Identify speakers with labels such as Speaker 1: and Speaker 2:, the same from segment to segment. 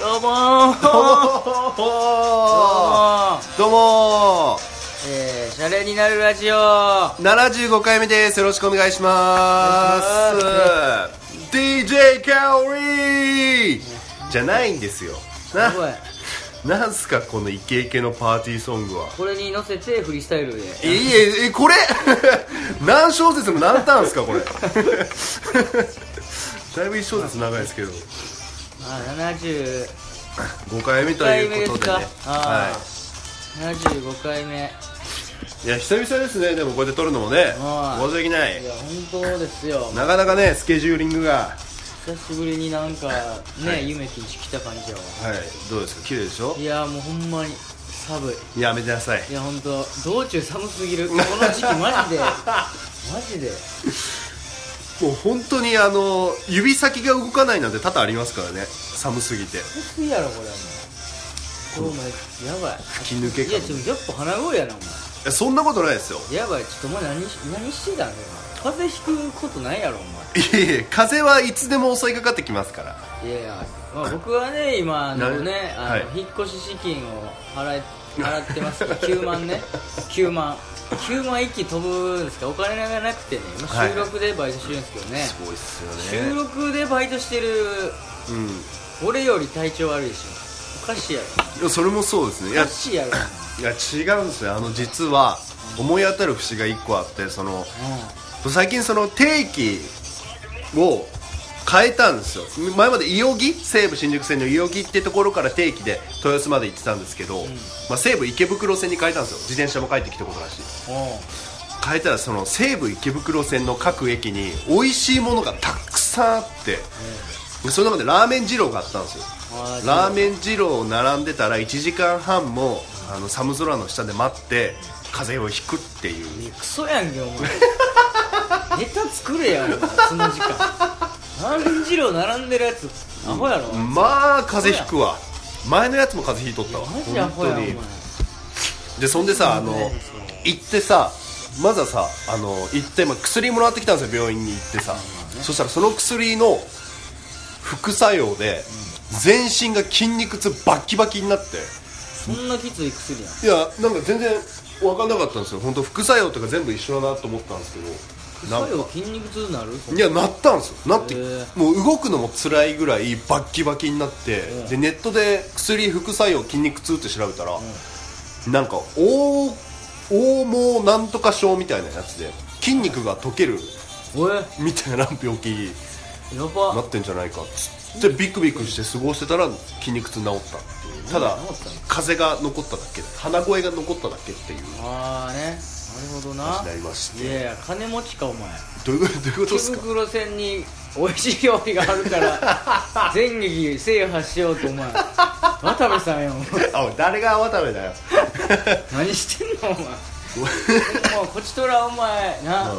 Speaker 1: どうもー
Speaker 2: どうも
Speaker 1: どうも
Speaker 2: どうも
Speaker 1: ーえー、シャレになるラジオは
Speaker 2: 75回目ですよろしくお願いします
Speaker 1: お願
Speaker 2: DJ カオリーじゃないんですよ
Speaker 1: い
Speaker 2: ななんすかこのイケイケのパーティーソングは
Speaker 1: これに乗せてフリースタイルで
Speaker 2: えいええこれ 何小節も何ターンですかこれ だいぶ一小節長いですけど
Speaker 1: あ70
Speaker 2: 5回目ということで
Speaker 1: 五
Speaker 2: ね
Speaker 1: 回目ですかあ
Speaker 2: は
Speaker 1: 75回目
Speaker 2: いいや久々ですねでもこうやって撮るのもね
Speaker 1: はい
Speaker 2: 申し訳ない
Speaker 1: いや本当ですよ
Speaker 2: なかなかねスケジューリングが
Speaker 1: 久しぶりになんかね、夢きんち来た感じやわ
Speaker 2: はいどうですか綺麗でしょ
Speaker 1: いやもうほんまに寒い
Speaker 2: やめてなさい
Speaker 1: いや本当道中寒すぎるこの時期マジで マジで
Speaker 2: もう本当にあの指先が動かないなんて多々ありますからね寒すぎて
Speaker 1: 薄いやろこれはもうお前やばい
Speaker 2: 吹き抜け
Speaker 1: い
Speaker 2: 感
Speaker 1: やちょっとやっぱ鼻声やなお前
Speaker 2: いやそんなことないですよ
Speaker 1: やばいちょっとお前何し何してたんだよ風邪ひくことないやろお
Speaker 2: いえいえ風はいつでも襲いかかってきますから
Speaker 1: 前いやいや、まあ、僕はね今あのねあの、
Speaker 2: はい
Speaker 1: 引っ越し資金を払え払ってますから9万 ね9万9万一気飛ぶんですかお金がなくてね今
Speaker 2: はい
Speaker 1: 収録でバイトしてるんですけどね、
Speaker 2: ごいっす
Speaker 1: 収録でバイトしてる
Speaker 2: うん
Speaker 1: 俺より体調悪いでしょおかしいやろ
Speaker 2: いやそれもそうですねい
Speaker 1: お
Speaker 2: や
Speaker 1: かし いやろ
Speaker 2: いや違うんですよあの実は思い当たる節が1個あってその最近その定期を変えたんですよ前まで伊予木西武新宿線の伊予木ってところから定期で豊洲まで行ってたんですけど、まあ、西武池袋線に変えたんですよ自転車も帰ってきたことだし
Speaker 1: うんうん
Speaker 2: 変えたらその西武池袋線の各駅に美味しいものがたくさんあって、その中でラーメン二郎があったんですよ
Speaker 1: あー
Speaker 2: ラーメン二郎を並んでたら1時間半もあの寒空の下で待って風邪をひくっていう
Speaker 1: クソやんけお前 ネタ作れやお前その時間ラーメン二郎並んでるやつアホやろ、
Speaker 2: まあ風邪ひくわ前のやつも風邪ひいとった
Speaker 1: マジア
Speaker 2: わ
Speaker 1: ホやん
Speaker 2: 本当
Speaker 1: お
Speaker 2: に
Speaker 1: 前
Speaker 2: でそんでさあの
Speaker 1: ね
Speaker 2: 行ってさまずはさあの行って、まあ、薬もらってきたんですよ病院に行ってさ、そしたらその薬の副作用で、全身が筋肉痛バッキバキになって
Speaker 1: そんなきつい薬やん
Speaker 2: いやなんか全然分かんなかったんですよ本当副作用とか全部一緒だなと思ったんですけどなん
Speaker 1: 副作用筋肉痛なる
Speaker 2: いやなったんですよなって
Speaker 1: へえ
Speaker 2: もう動くのも辛いぐらいバッキバキになって、
Speaker 1: うん
Speaker 2: でネットで薬副作用筋肉痛って調べたら、なんか大大毛なんとか症みたいなやつで筋肉が溶ける
Speaker 1: おえ
Speaker 2: みたいな病気に
Speaker 1: やば
Speaker 2: なってんじゃないかっつってビクビクして過ごしてたら筋肉痛治ったっていうただ
Speaker 1: 治ったの
Speaker 2: 風が残っただけで鼻声が残っただけっていう
Speaker 1: ああねなるほどな
Speaker 2: になりまして
Speaker 1: いやいや金持ちかお前
Speaker 2: どういうことどういうことで
Speaker 1: 池
Speaker 2: すか
Speaker 1: 袋線に美味しい料理があるから 全劇制覇しようとお前渡部さんやんお前
Speaker 2: あ誰が渡 部だよ
Speaker 1: 何してんのお前もうこちとらお前な、
Speaker 2: うん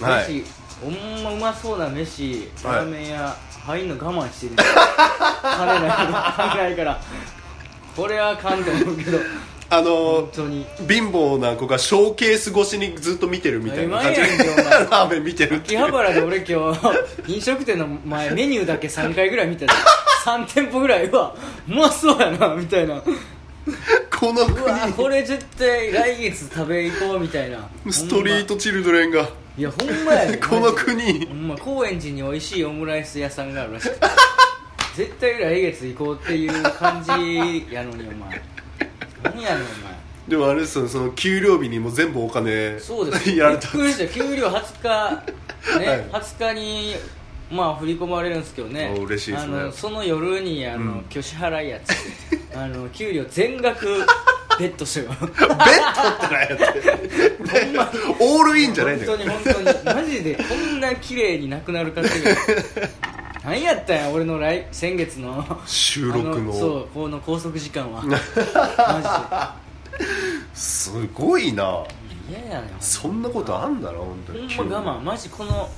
Speaker 2: はい
Speaker 1: 飯ほんまうまそうな飯
Speaker 2: はい
Speaker 1: ラーメン屋入んの我慢してる 金ない金ないからこれは勘と思うけど
Speaker 2: あの
Speaker 1: 本当に
Speaker 2: 貧乏な子がショーケース越しにずっと見てるみたいな感じ
Speaker 1: 何やねんけどお前
Speaker 2: ラーメン見てるって
Speaker 1: 秋
Speaker 2: いう
Speaker 1: 葉原で俺今日飲食店の前メニューだけ3回ぐらい見た3店舗ぐらいうわうまそうやなみたいな
Speaker 2: この
Speaker 1: うわ
Speaker 2: 国
Speaker 1: これ絶対来月食べ行こうみたいな
Speaker 2: ストリートチルドレンが
Speaker 1: いやほんまやね
Speaker 2: この国
Speaker 1: ほんま高円寺に美味しいオムライス屋さんがあるらしくて絶対来月行こうっていう感じやのにお前何やねんお前
Speaker 2: でもあれですよねその給料日にもう全部お金
Speaker 1: そうです
Speaker 2: やられた
Speaker 1: びっくりした給料20日ね、
Speaker 2: はい
Speaker 1: 20日にまあ振り込まれるんですけどね
Speaker 2: お嬉しいですね
Speaker 1: あのその夜にあの、
Speaker 2: うん
Speaker 1: 今日支払い やつあの給料全額ベットするわ
Speaker 2: ベッドってなんやってオールインじゃない
Speaker 1: 本
Speaker 2: んだ
Speaker 1: 当
Speaker 2: よ
Speaker 1: に本当にマジでこんな綺麗になくなる方が 何やったんや俺の来先月の
Speaker 2: 収録
Speaker 1: あ
Speaker 2: の
Speaker 1: そうこの拘束時間 はマ
Speaker 2: すごいな
Speaker 1: ジで嫌やねん
Speaker 2: そんなことあんだな本当に
Speaker 1: ほんま我慢マジこの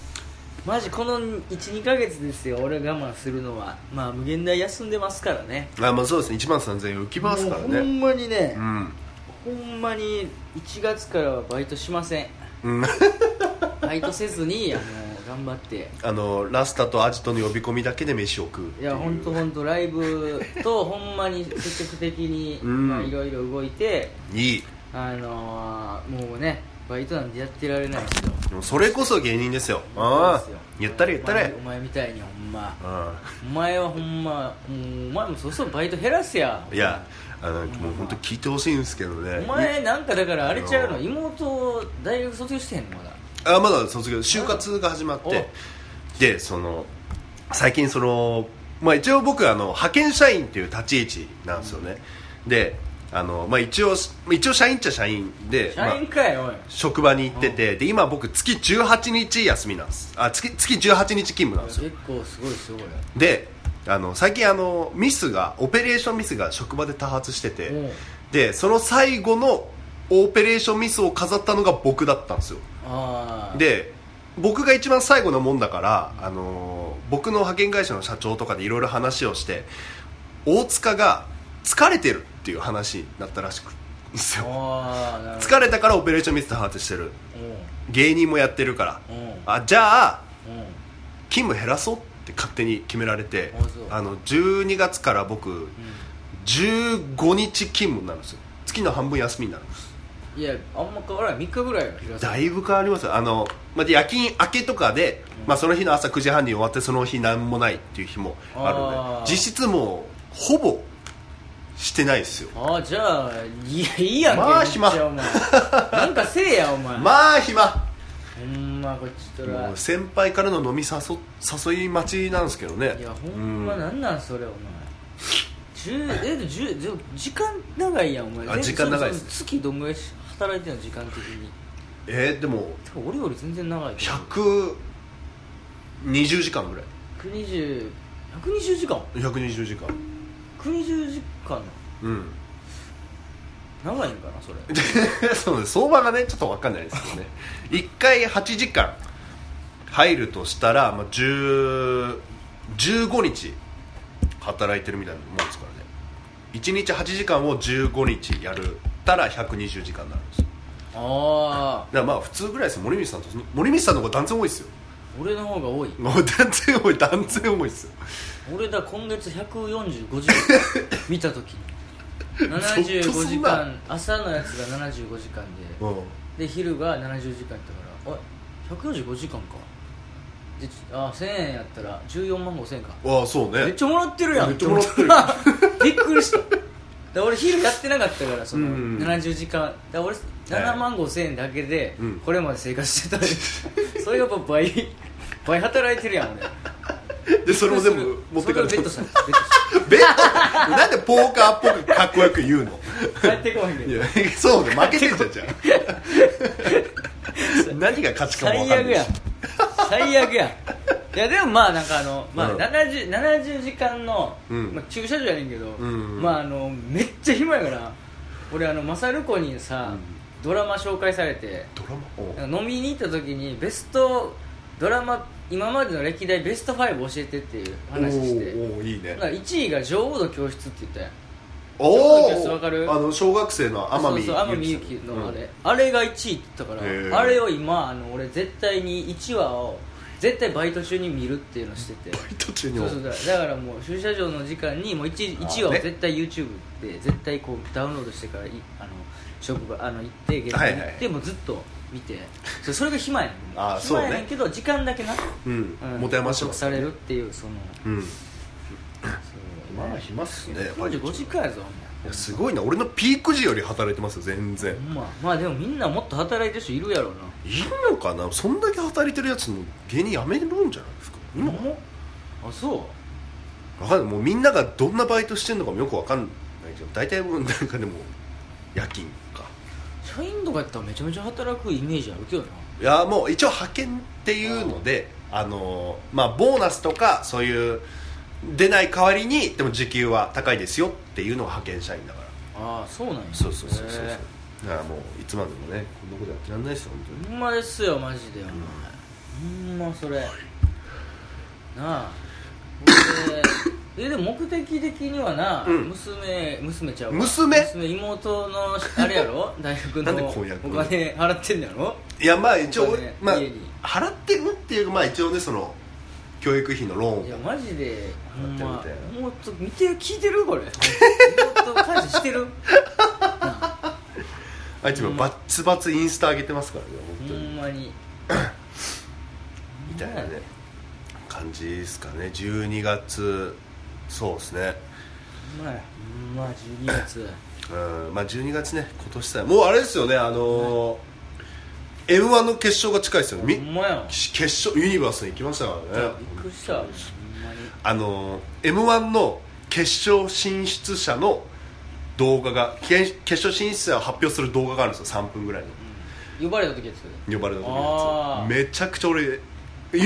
Speaker 1: マジこの12ヶ月ですよ俺我慢するのはまあ無限大休んでますからね
Speaker 2: あまあそうですね1万3000円浮きますから
Speaker 1: もうほ
Speaker 2: ね
Speaker 1: んまにね
Speaker 2: う、ん
Speaker 1: ほんまに1月からはバイトしません
Speaker 2: うん
Speaker 1: バイトせずにあの頑張って
Speaker 2: あのラスタとアジトの呼び込みだけで飯を食うって
Speaker 1: いうや本当本当ライブとほんまに積極的に
Speaker 2: うん
Speaker 1: まあいろいろ動いて
Speaker 2: いい
Speaker 1: あのーもうねバイトなんてやってられないですよ
Speaker 2: でもそれこそ芸人ですよああ
Speaker 1: そうですよ
Speaker 2: 言ったれ言ったれ
Speaker 1: お前お前みたいにほんま
Speaker 2: う
Speaker 1: お前はほんまもうお前もそろそろバイト減らせや
Speaker 2: んいやあのもう本当聞いてほしいんですけどね
Speaker 1: お前なんかだからあれちゃうの
Speaker 2: う
Speaker 1: 妹大学卒業してへんのまだ
Speaker 2: あまだ卒業就活が始まってでその最近その、まあ、一応僕あの派遣社員っていう立ち位置なんですよね、であの、まあ、一応一応社員っちゃ社員で
Speaker 1: 社
Speaker 2: ま
Speaker 1: 員
Speaker 2: あ
Speaker 1: かよおい
Speaker 2: 職場に行ってて、で今僕月18日休みなんですあ月月18日勤務なんですよ
Speaker 1: 結構すごいすごい
Speaker 2: であの最近あのミスがオペレーションミスが職場で多発してて、
Speaker 1: うん
Speaker 2: でその最後のオペレーションミスを飾ったのが僕だったんですよ
Speaker 1: ああ
Speaker 2: で僕が一番最後のもんだから、あのー僕の派遣会社の社長とかでいろいろ話をして大塚が疲れてるっていう話になったらしくんですよ
Speaker 1: ああなるほ
Speaker 2: 疲れたからオペレーションミス多発してる
Speaker 1: ど
Speaker 2: 芸人もやってるから
Speaker 1: うんうんうん
Speaker 2: あじゃあ勤務減らそうって勝手に決められて
Speaker 1: あそう
Speaker 2: あの12月から僕15日勤務になるんですよ月の半分休みになるんです
Speaker 1: うんいやあんま変わらない3日ぐらいは平さ
Speaker 2: だ
Speaker 1: ん
Speaker 2: いぶ変わりますよあの、まあ、で夜勤明けとかで、まあ、その日の朝9時半に終わってその日何もないっていう日もある
Speaker 1: あ
Speaker 2: の
Speaker 1: ー
Speaker 2: で実質もうほぼしてないですよ
Speaker 1: ああじゃあいやいいやんけ
Speaker 2: まあ暇
Speaker 1: めっちゃお前なんかせえやお前
Speaker 2: まあ暇
Speaker 1: ほんまこっちとら
Speaker 2: もう先輩からの飲み誘誘い待ちなんですけどね
Speaker 1: いやほんまなんなんそれお前十えで十でも時間長いやんお前
Speaker 2: あ
Speaker 1: 全
Speaker 2: 時間長いっす
Speaker 1: そのその月どんぐらいし働いてんの時間的に
Speaker 2: えーでも
Speaker 1: てか俺より全然長いけど
Speaker 2: 120時間ぐらい
Speaker 1: 120 120時間
Speaker 2: 120時間
Speaker 1: 120時間
Speaker 2: うん
Speaker 1: な長いんかなそれ
Speaker 2: そうです相場がねちょっと分かんないですけどね1 回8時間入るとしたら、まあ、10 15日働いてるみたいなもんですからね1日8時間を15日やるたら120時間になるんですよ
Speaker 1: ああ
Speaker 2: だからまあ普通ぐらいですよ森光さんと森光さんの方が断然多いですよ
Speaker 1: 俺の方が多い
Speaker 2: もう 断然多い断然多いですよ
Speaker 1: 俺だ今月145時間 見た時に
Speaker 2: ずっと
Speaker 1: 75
Speaker 2: そ
Speaker 1: 時
Speaker 2: んな
Speaker 1: 間朝のやつが75時間で
Speaker 2: うん
Speaker 1: で昼が70時間やったからあ145時間かでちあ1000円やったら14万5000円か
Speaker 2: ああそう
Speaker 1: めっ
Speaker 2: ね
Speaker 1: ちゃもらってるやん
Speaker 2: めっちゃもらってる
Speaker 1: びっくりしただから俺昼やってなかったからその
Speaker 2: うんうん
Speaker 1: 70時間だから俺7万5000円だけで
Speaker 2: うん
Speaker 1: これまで生活してた、それがやっぱ倍倍働いてるやん俺
Speaker 2: でそれも全部持ってかれ
Speaker 1: それを
Speaker 2: て
Speaker 1: ベッドしたんですベッドし
Speaker 2: ベッド なんでポーカーっぽくかっこよく言うの
Speaker 1: た帰ってこいん
Speaker 2: い
Speaker 1: で
Speaker 2: やそうね負けてんじゃんじゃ あ何が勝ちかも
Speaker 1: 最悪
Speaker 2: 分かんない
Speaker 1: やん
Speaker 2: し
Speaker 1: 最悪やんいやでもまあなんかあの、まあ
Speaker 2: うん
Speaker 1: 70, 70時間の、
Speaker 2: うん
Speaker 1: まあ、駐車場やねんけど、
Speaker 2: ん
Speaker 1: まああのめっちゃ暇やから俺あのマサルコにさ、ドラマ紹介されて
Speaker 2: ドラマおう
Speaker 1: なんか飲みに行った時にベストドラマ今までの歴代ベスト5教えてっていう話して
Speaker 2: おうおういいね
Speaker 1: なんか1位が女王の教室って言ったやん
Speaker 2: お
Speaker 1: 小学生のやつわかる
Speaker 2: あの小学生の天海
Speaker 1: そうそう天海祐希のあれ、あれが1位って言ったか
Speaker 2: へー
Speaker 1: らあれを今あの俺絶対に1話を絶対バイト中に見るっていうのしてて
Speaker 2: 途中に
Speaker 1: そうそうだだからもう駐車場の時間にもう 1,
Speaker 2: あ
Speaker 1: 1話を
Speaker 2: ね
Speaker 1: 絶対 YouTube で絶対こうダウンロードしてからいあの職場あの行って現場に行
Speaker 2: はい
Speaker 1: っ
Speaker 2: はい
Speaker 1: てもうずっと見てそれそれが暇やねん暇
Speaker 2: あー
Speaker 1: や
Speaker 2: そう
Speaker 1: ねん
Speaker 2: ね
Speaker 1: けど時間だけな
Speaker 2: うん
Speaker 1: うん
Speaker 2: 持て余してます
Speaker 1: 拘束されるっていうその
Speaker 2: うん
Speaker 1: そう
Speaker 2: まあ暇っすね
Speaker 1: 45時間やぞ
Speaker 2: いやすごいな俺のピーク時より働いてますよ全然
Speaker 1: ほんままあでもみんなもっと働いてる人いるやろうない
Speaker 2: いのかなそんだけ働いてるやつも芸人やめるんじゃないですか今
Speaker 1: もあそう
Speaker 2: わかんないもうみんながどんなバイトしてんのかもよくわかんないけど大体もうなんかでも夜勤か
Speaker 1: 社員とかやったらめちゃめちゃ働くイメージあるけどない
Speaker 2: やもう一応派遣っていうので、あのーまあ、ボーナスとかそういう出ない代わりにでも時給は高いですよっていうのが派遣社員だから
Speaker 1: ああそうなんや
Speaker 2: そうそうそうそうそう
Speaker 1: へえ
Speaker 2: だからもういつまでもねこんなことやってらんないですよ本当に
Speaker 1: ほんまですよマジでお前ほんまそれなあほんでえでも目的的にはな、
Speaker 2: うん
Speaker 1: 娘娘ちゃうわ
Speaker 2: 娘
Speaker 1: 娘妹のあれや ろ大学
Speaker 2: なんで
Speaker 1: のお
Speaker 2: 婚
Speaker 1: 金
Speaker 2: 約
Speaker 1: 払ってんのやろ
Speaker 2: いやまあ一
Speaker 1: お
Speaker 2: 応、
Speaker 1: 金
Speaker 2: まあ
Speaker 1: 家に、
Speaker 2: 払ってるっていうかまあ一応ねその教育費のロ
Speaker 1: い
Speaker 2: ー
Speaker 1: や
Speaker 2: ン
Speaker 1: マジでほんま
Speaker 2: 払ってるみた
Speaker 1: もっと見て聞いてる これもっと感謝してる
Speaker 2: あいつもバッツバツインスタ上げてますからね
Speaker 1: ほ
Speaker 2: 本当に
Speaker 1: んまに
Speaker 2: みたいなね感じですかね12月そうですね
Speaker 1: ほんまやほんま12月
Speaker 2: うんまあ12月ね今年さえもうあれですよねあのー m 1の決勝が近いですよねみ
Speaker 1: ほんまやわ
Speaker 2: 決勝ユニバースに行きましたからね
Speaker 1: びっくりしたほんまに
Speaker 2: あの m 1の決勝進出者の動画がけ決勝進出者を発表する動画があるんですよ3分ぐらいの
Speaker 1: 呼ばれた時やつ
Speaker 2: 呼ばれた時
Speaker 1: あ
Speaker 2: のや
Speaker 1: ー
Speaker 2: つめちゃくちゃ俺ユ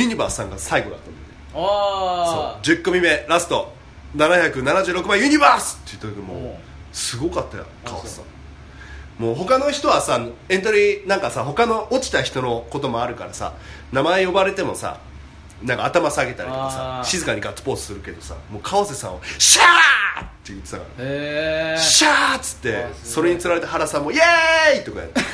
Speaker 2: ニバースさんが最後だったんで
Speaker 1: ああ
Speaker 2: そう10組目ラスト776番ユニバースって言った時
Speaker 1: おう
Speaker 2: もすごかったよ
Speaker 1: あ
Speaker 2: 川瀬さんもう他の人はさエントリーなんかさ他の落ちた人のこともあるからさ名前呼ばれてもさなんか頭下げたりとか
Speaker 1: あ
Speaker 2: さ
Speaker 1: ー
Speaker 2: 静かにガッツポーズするけどさもう川瀬さんは「シャー!」って言ってたから
Speaker 1: へえ
Speaker 2: シャーっつって
Speaker 1: あーすごい
Speaker 2: それにつられて原さんも「イエーイ!」とかやって「イエ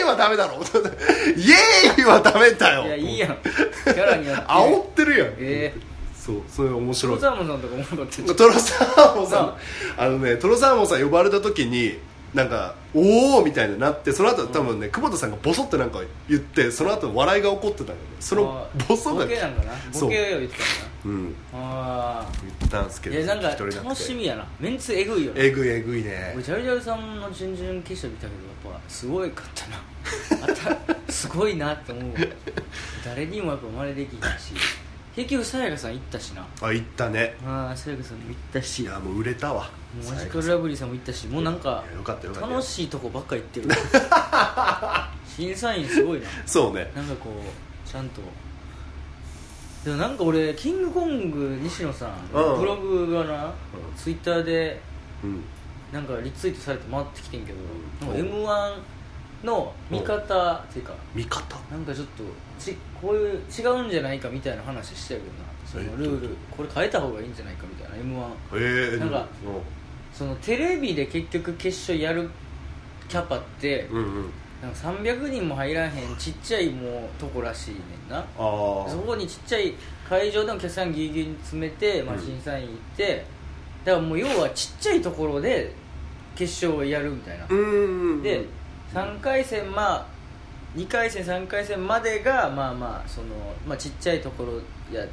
Speaker 2: ーイ!」はダメだろ イエーイはダメだよ
Speaker 1: いやいいやんキャラによって
Speaker 2: 煽ってるやん、
Speaker 1: ええ
Speaker 2: そうそれ面白
Speaker 1: ロ
Speaker 2: い
Speaker 1: ザーモンさんとかおもろかったじゃん
Speaker 2: トロサーモンさ
Speaker 1: なん
Speaker 2: あのねトロサーモンさん呼ばれた時になんかおおみたいになってその後多分ね久保田さんがボソってなんか言ってその後笑いが起こってたんだよねその
Speaker 1: あー
Speaker 2: ボソが
Speaker 1: ボケなんかな
Speaker 2: そう
Speaker 1: ボケを言ってたん
Speaker 2: うん
Speaker 1: だなあ
Speaker 2: 言ったんです
Speaker 1: あ
Speaker 2: け
Speaker 1: い
Speaker 2: ど
Speaker 1: やなんか
Speaker 2: 聞き取れなくて
Speaker 1: 楽しみやなメンツえぐいよな
Speaker 2: えぐいえぐいね
Speaker 1: 俺ジャルジャルさんの準々決勝見たけどやっぱすごいか ったなあたすごいなって思うわ誰にもやっぱ生まれできひんし結局さやかさん行ったしな
Speaker 2: あ行ったね
Speaker 1: ああさやかさんも行ったし
Speaker 2: いやもう売れたわ
Speaker 1: もうマジカルラブリーさんも行ったしもうなんか
Speaker 2: いやよかったよかった
Speaker 1: 楽しいとこばっか行 ってる審査員すごいな
Speaker 2: そうね
Speaker 1: なんかこうちゃんとでもなんか俺キングコング西野さん、
Speaker 2: うん
Speaker 1: ブログがな、
Speaker 2: ん
Speaker 1: ツイッターで
Speaker 2: うん
Speaker 1: なんかリツイートされて回ってきてんけど、
Speaker 2: うん
Speaker 1: なんか m 1の見方っていうか
Speaker 2: 味方
Speaker 1: なんかちょっとちこういう違うんじゃないかみたいな話してるけどなそのルールこれ変えた方がいいんじゃないかみたいな m 1
Speaker 2: えー、
Speaker 1: なんかそのテレビで結局決勝やるキャパって、
Speaker 2: うんうんうん
Speaker 1: なんか300人も入らへんちっちゃいもうとこらしいねんな
Speaker 2: ああ
Speaker 1: そこにちっちゃい会場でもお客さんギリギリに詰めて、まあ、
Speaker 2: うん
Speaker 1: 審査員行って、だからもう要はちっちゃいところで決勝をやるみたいな、
Speaker 2: うんうんうん
Speaker 1: で3回戦まあ2回戦3回戦までがまあまあその、まあ、ちっちゃいところや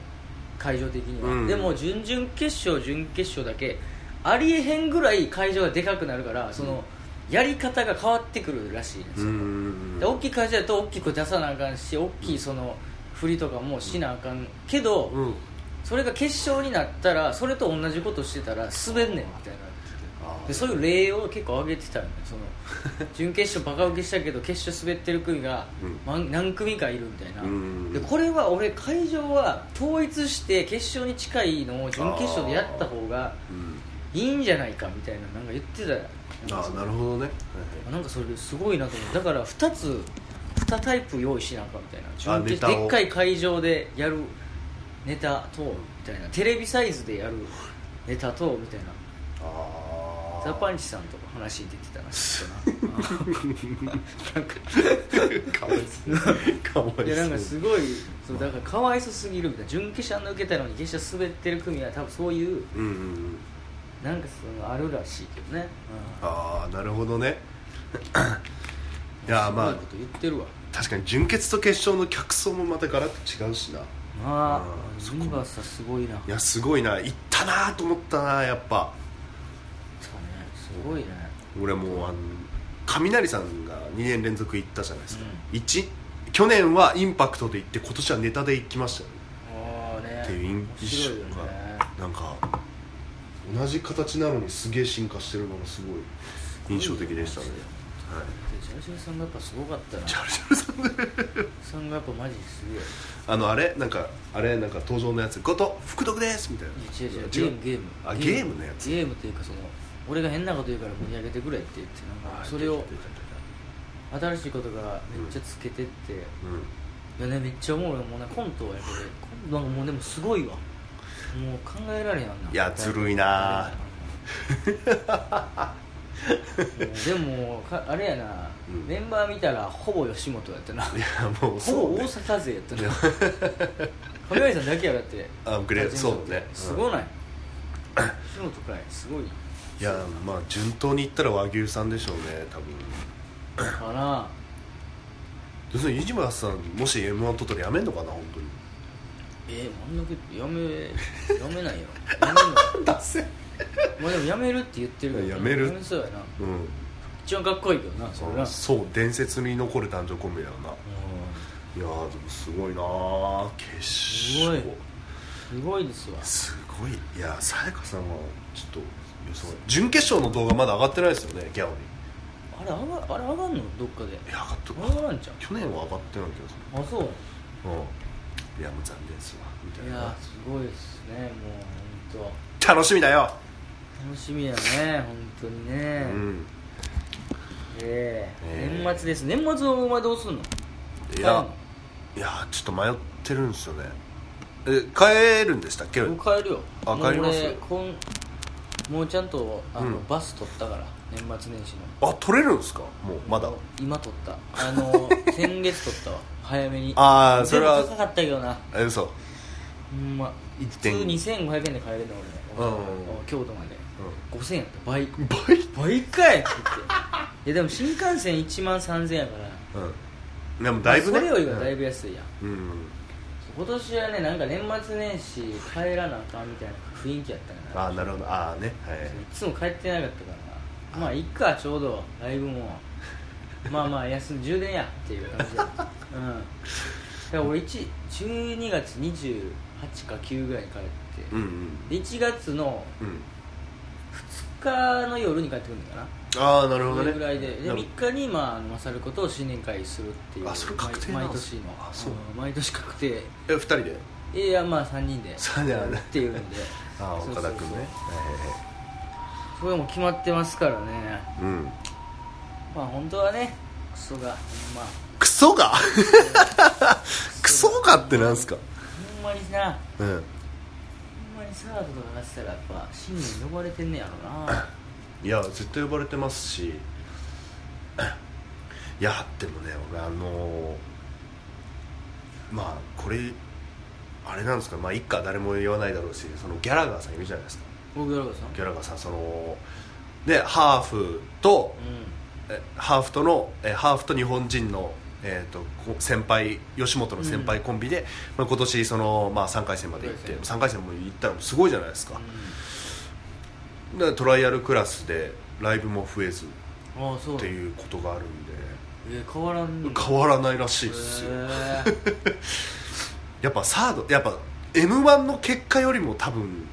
Speaker 1: 会場的には、
Speaker 2: うん
Speaker 1: でも準々決勝準決勝だけありえへんぐらい会場がでかくなるからその、やり方が変わってくるらしいんですよ、
Speaker 2: うんうんうん
Speaker 1: で大きい会社だと大きく出さなあかんし大きいその振りとかもしなあかんけど、
Speaker 2: うん
Speaker 1: それが決勝になったらそれと同じことしてたら滑んねんみたいな
Speaker 2: あー
Speaker 1: でそういう例を結構挙げてたよねその準決勝バカ受けしたけど決勝滑ってる組が、
Speaker 2: うん
Speaker 1: まん何組かいるみたいな、
Speaker 2: うん
Speaker 1: でこれは俺会場は統一して決勝に近いのを準決勝でやった方が
Speaker 2: うん
Speaker 1: いいんじゃないかみたいななんか言ってたよ
Speaker 2: あーなるほどね、はい
Speaker 1: あなんかそれすごいなと思うだから2つ2タイプ用意しなあかんみたいな
Speaker 2: あ
Speaker 1: 準
Speaker 2: ネ
Speaker 1: 決
Speaker 2: タを
Speaker 1: でっかい会場でやるネタとみたいなテレビサイズでやるネタとみたいな
Speaker 2: あ
Speaker 1: ザ・パ
Speaker 2: ン
Speaker 1: ンチさんとか話に出てたなちょっとななんか
Speaker 2: かわいそうかわいそ う
Speaker 1: いやなんかすごいそうだからかわいそすぎるみたいな準決勝あんな受けたのに決勝滑ってる組は多分そういう
Speaker 2: うんうんうん
Speaker 1: なんかそのあるらしいけどね、
Speaker 2: ああなるほどね
Speaker 1: うん、
Speaker 2: いやー
Speaker 1: すご
Speaker 2: ま
Speaker 1: い
Speaker 2: あ
Speaker 1: こと言ってるわ
Speaker 2: 確かに準決と決勝の客層もまたガラッと違うしな
Speaker 1: ま
Speaker 2: う
Speaker 1: あ
Speaker 2: んそ
Speaker 1: ユニバースはすごいない
Speaker 2: やすごいないったなーと思ったなやっぱ
Speaker 1: そうねすごいね
Speaker 2: 俺もうあの雷さんが2年連続行ったじゃないですか、
Speaker 1: う
Speaker 2: 一去年はインパクトで行って今年はネタで行きましたよね
Speaker 1: ああね
Speaker 2: っていう
Speaker 1: 面
Speaker 2: 印
Speaker 1: 白
Speaker 2: 象
Speaker 1: いよね
Speaker 2: がなんか同じ形なのにすげえ進化してるのがすごい印象的でした
Speaker 1: すご
Speaker 2: ね
Speaker 1: いよでジャルジャルさんがやっぱすごかったな
Speaker 2: ジ
Speaker 1: ジャ
Speaker 2: ャルジャルさん
Speaker 1: ルさんがやっぱマジですげえ
Speaker 2: あのあれなんかあれなんか登場のやつ「こと福徳です」みたい
Speaker 1: いや違う違う
Speaker 2: な
Speaker 1: ゲームゲーム
Speaker 2: あゲームのやつ
Speaker 1: ゲームというかその俺が変なこと言うから盛り上げてくれって言ってなんかそれを新しいことがめっちゃつけてって、
Speaker 2: うん
Speaker 1: いやねめっちゃおもろいもうねコントはやけどコントなんかもうでもすごいわもう考えられへんわない
Speaker 2: いやずるいな
Speaker 1: でもかあれやな、
Speaker 2: うん
Speaker 1: メンバー見たらほぼ吉本やった ない
Speaker 2: やもう
Speaker 1: ほ
Speaker 2: そう
Speaker 1: ぼ
Speaker 2: ね
Speaker 1: 大阪勢やったな 亀谷さんだけやだって
Speaker 2: あグレーそうね
Speaker 1: すごない、吉本かいすごい
Speaker 2: いやまあ順当にいったら和牛さんでしょうね多分
Speaker 1: かな
Speaker 2: 要するに飯島さんもし m 1取ったらやめんのかな本当に
Speaker 1: えー、あんだけ やめやめないよやめんの
Speaker 2: 達成
Speaker 1: まあでもやめるって言ってるから
Speaker 2: やめる
Speaker 1: やめそうやな
Speaker 2: うん
Speaker 1: 一番かっこいいけどなそれなうん
Speaker 2: そう伝説に残る男女コンビだよないやーでもすごいなー決勝
Speaker 1: すごいですわ
Speaker 2: すごいいやーさやかさんはちょっと予想外準決勝の動画まだ上がってないですよねギャオに
Speaker 1: あれ上があれ上がんのどっかで
Speaker 2: いや上がって
Speaker 1: 上がらんじゃん
Speaker 2: 去年は上がってない気がす
Speaker 1: あそう
Speaker 2: るうんいやもう残念ですわみた
Speaker 1: い
Speaker 2: い
Speaker 1: や
Speaker 2: な
Speaker 1: すごいですねもう本
Speaker 2: 楽しみだよ、
Speaker 1: 当楽しみやね本当にね、
Speaker 2: うん
Speaker 1: ええ
Speaker 2: ええ
Speaker 1: 年末です年末のお前どうすんの
Speaker 2: い
Speaker 1: 帰る
Speaker 2: やいやーちょっと迷ってるんですよねえ帰るんでしたっけ
Speaker 1: のもう帰るよ
Speaker 2: あ
Speaker 1: もう
Speaker 2: 帰ります
Speaker 1: 俺こんもうちゃんとあの、
Speaker 2: うん
Speaker 1: バス取ったから年末年始の
Speaker 2: あ取れるんですかもうまだ
Speaker 1: 今取ったあ の先月取ったわ早めに
Speaker 2: あーそれは
Speaker 1: でも高かったけどな
Speaker 2: え嘘
Speaker 1: ほんま普通
Speaker 2: 点
Speaker 1: 2500円で買えるの俺、
Speaker 2: うん
Speaker 1: 京都まで5000円やった倍
Speaker 2: 倍
Speaker 1: 倍かいって言っていやでも新幹線1万3000円やから
Speaker 2: うんでもだいぶね
Speaker 1: それよりはだいぶ安いやん、
Speaker 2: うんうん
Speaker 1: 今年はねなんか年末年始帰らなあかんみたいな雰囲気やったから
Speaker 2: ああなるほどああねはい
Speaker 1: いつも帰ってなかったからまあいっかちょうどライブも まあまあ休ん充電やっていう感じだうんだから俺1 12月28か9ぐらいに帰って、
Speaker 2: うんうん
Speaker 1: で1月の
Speaker 2: うん
Speaker 1: 2日の夜に帰ってくるのかな
Speaker 2: ああなる
Speaker 1: そ
Speaker 2: ほど
Speaker 1: れ
Speaker 2: ね
Speaker 1: ぐらいでで
Speaker 2: なるほ
Speaker 1: 3日に、まあ、あの勝ることを新年会するっていう
Speaker 2: あそれ確定なん
Speaker 1: 毎毎
Speaker 2: です
Speaker 1: 年の
Speaker 2: あそうん
Speaker 1: 毎年確定
Speaker 2: どえ二人で
Speaker 1: いやまあ3人で
Speaker 2: 三人で
Speaker 1: っていうんで
Speaker 2: ああ
Speaker 1: そうそ
Speaker 2: 岡
Speaker 1: うそ
Speaker 2: 田
Speaker 1: う
Speaker 2: 君ねは
Speaker 1: それはもう決まってますからね
Speaker 2: いはいはいうん
Speaker 1: まあ本当はねクソがまあ
Speaker 2: クソが クソがってなんすか
Speaker 1: ほんまにな
Speaker 2: う
Speaker 1: ほ
Speaker 2: ん
Speaker 1: んまにサードとかなってたらやっぱ新年呼ばれてんねやろ ない
Speaker 2: や絶対呼ばれてますしいやでもね俺あのーまあこれあれなんですかまあ一家誰も言わないだろうしそのギャラガーさんいるじゃないですか
Speaker 1: 僕やろうさん
Speaker 2: ギャラガーさんそのでハーフと
Speaker 1: う
Speaker 2: えハーフとのえハーフと日本人の、えー、とこ先輩吉本の先輩コンビで、まあ、今年その、まあ、3回戦まで行って
Speaker 1: そうです
Speaker 2: 3回戦も行ったらすごいじゃないですか
Speaker 1: ん、
Speaker 2: でトライアルクラスでライブも増えず
Speaker 1: うん、ああそう
Speaker 2: っていうことがあるんで
Speaker 1: え変わらんの
Speaker 2: 変わらないらしいですよ、
Speaker 1: へえ
Speaker 2: やっぱサードやっぱ m 1の結果よりも多分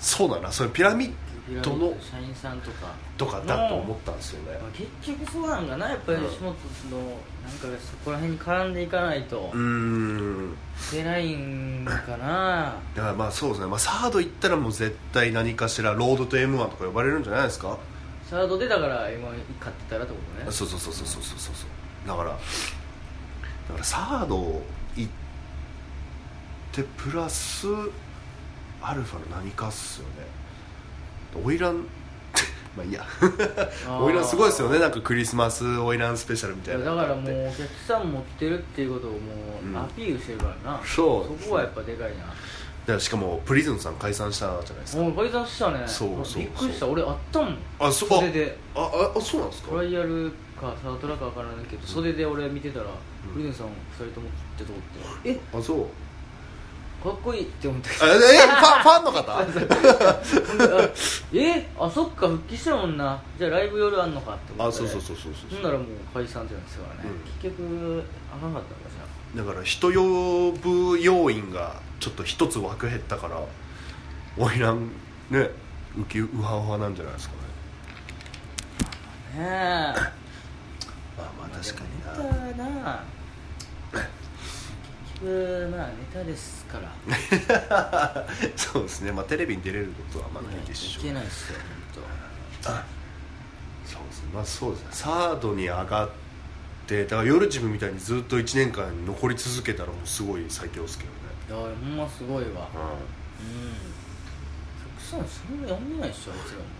Speaker 2: そうだなそれピラミ ッドの
Speaker 1: 社員さんとか
Speaker 2: とかだと思ったんですよね
Speaker 1: まあ、結局そうなんかなやっぱり
Speaker 2: うん
Speaker 1: 吉本のなんかそこら辺に絡んでいかないと
Speaker 2: うーん
Speaker 1: 出ないんかな
Speaker 2: だからまあそうですね、まあ、サード行ったらもう絶対何かしらロードと m 1とか呼ばれるんじゃないですか
Speaker 1: サードでだから m 1勝ってたらってことね
Speaker 2: そうそうそうそうそうそうそうそうだからだからサード行ってプラスアルファの何かっすよねオイランまあいいや
Speaker 1: あー
Speaker 2: オイランすごいですよねなんかクリスマスオイランスペシャルみ
Speaker 1: い
Speaker 2: たい
Speaker 1: や
Speaker 2: な
Speaker 1: だからも
Speaker 2: う
Speaker 1: うお客さん持ってるっていうことをも
Speaker 2: うん
Speaker 1: うアピールしてるからな、
Speaker 2: そう
Speaker 1: そこはやっぱでかい
Speaker 2: しかもプリズンさん解散したじゃないです
Speaker 1: な
Speaker 2: か
Speaker 1: もう解散したね
Speaker 2: そうそうそう
Speaker 1: びっくりした俺あったもん
Speaker 2: あそ
Speaker 1: 袖で
Speaker 2: あああそうなんですか
Speaker 1: トライアルかサートラか分からないけど袖で俺見てたら、フリデンさん2人ともってとこってえ
Speaker 2: あそう
Speaker 1: かっこいいって思ったけど
Speaker 2: あええファンファン の
Speaker 1: あ
Speaker 2: 方
Speaker 1: えあそっか復帰したもんなじゃあライブ夜あんのかって思
Speaker 2: あ
Speaker 1: って
Speaker 2: そうそうそうそう
Speaker 1: ほ
Speaker 2: そうん
Speaker 1: ならもう解散ってなんですからね、
Speaker 2: うん
Speaker 1: 結局あかんかったのかしら
Speaker 2: だから人呼ぶ要員がちょっと一つ枠減ったから花魁ね浮きウハウハなんじゃないですかね
Speaker 1: ねえ
Speaker 2: まあまあ確かにな
Speaker 1: ネタな結局まあネタですから
Speaker 2: そうですねまあテレビに出れることはあんまないでしょう
Speaker 1: いけないっすよ本
Speaker 2: そうですねまあそうですねサードに上がってだから夜自分みたいにずっと1年間残り続けたらもうすごい最強ですけどね
Speaker 1: 当。いやほんますごいわ
Speaker 2: う
Speaker 1: たくさんそんな読んでないっしょあいつらも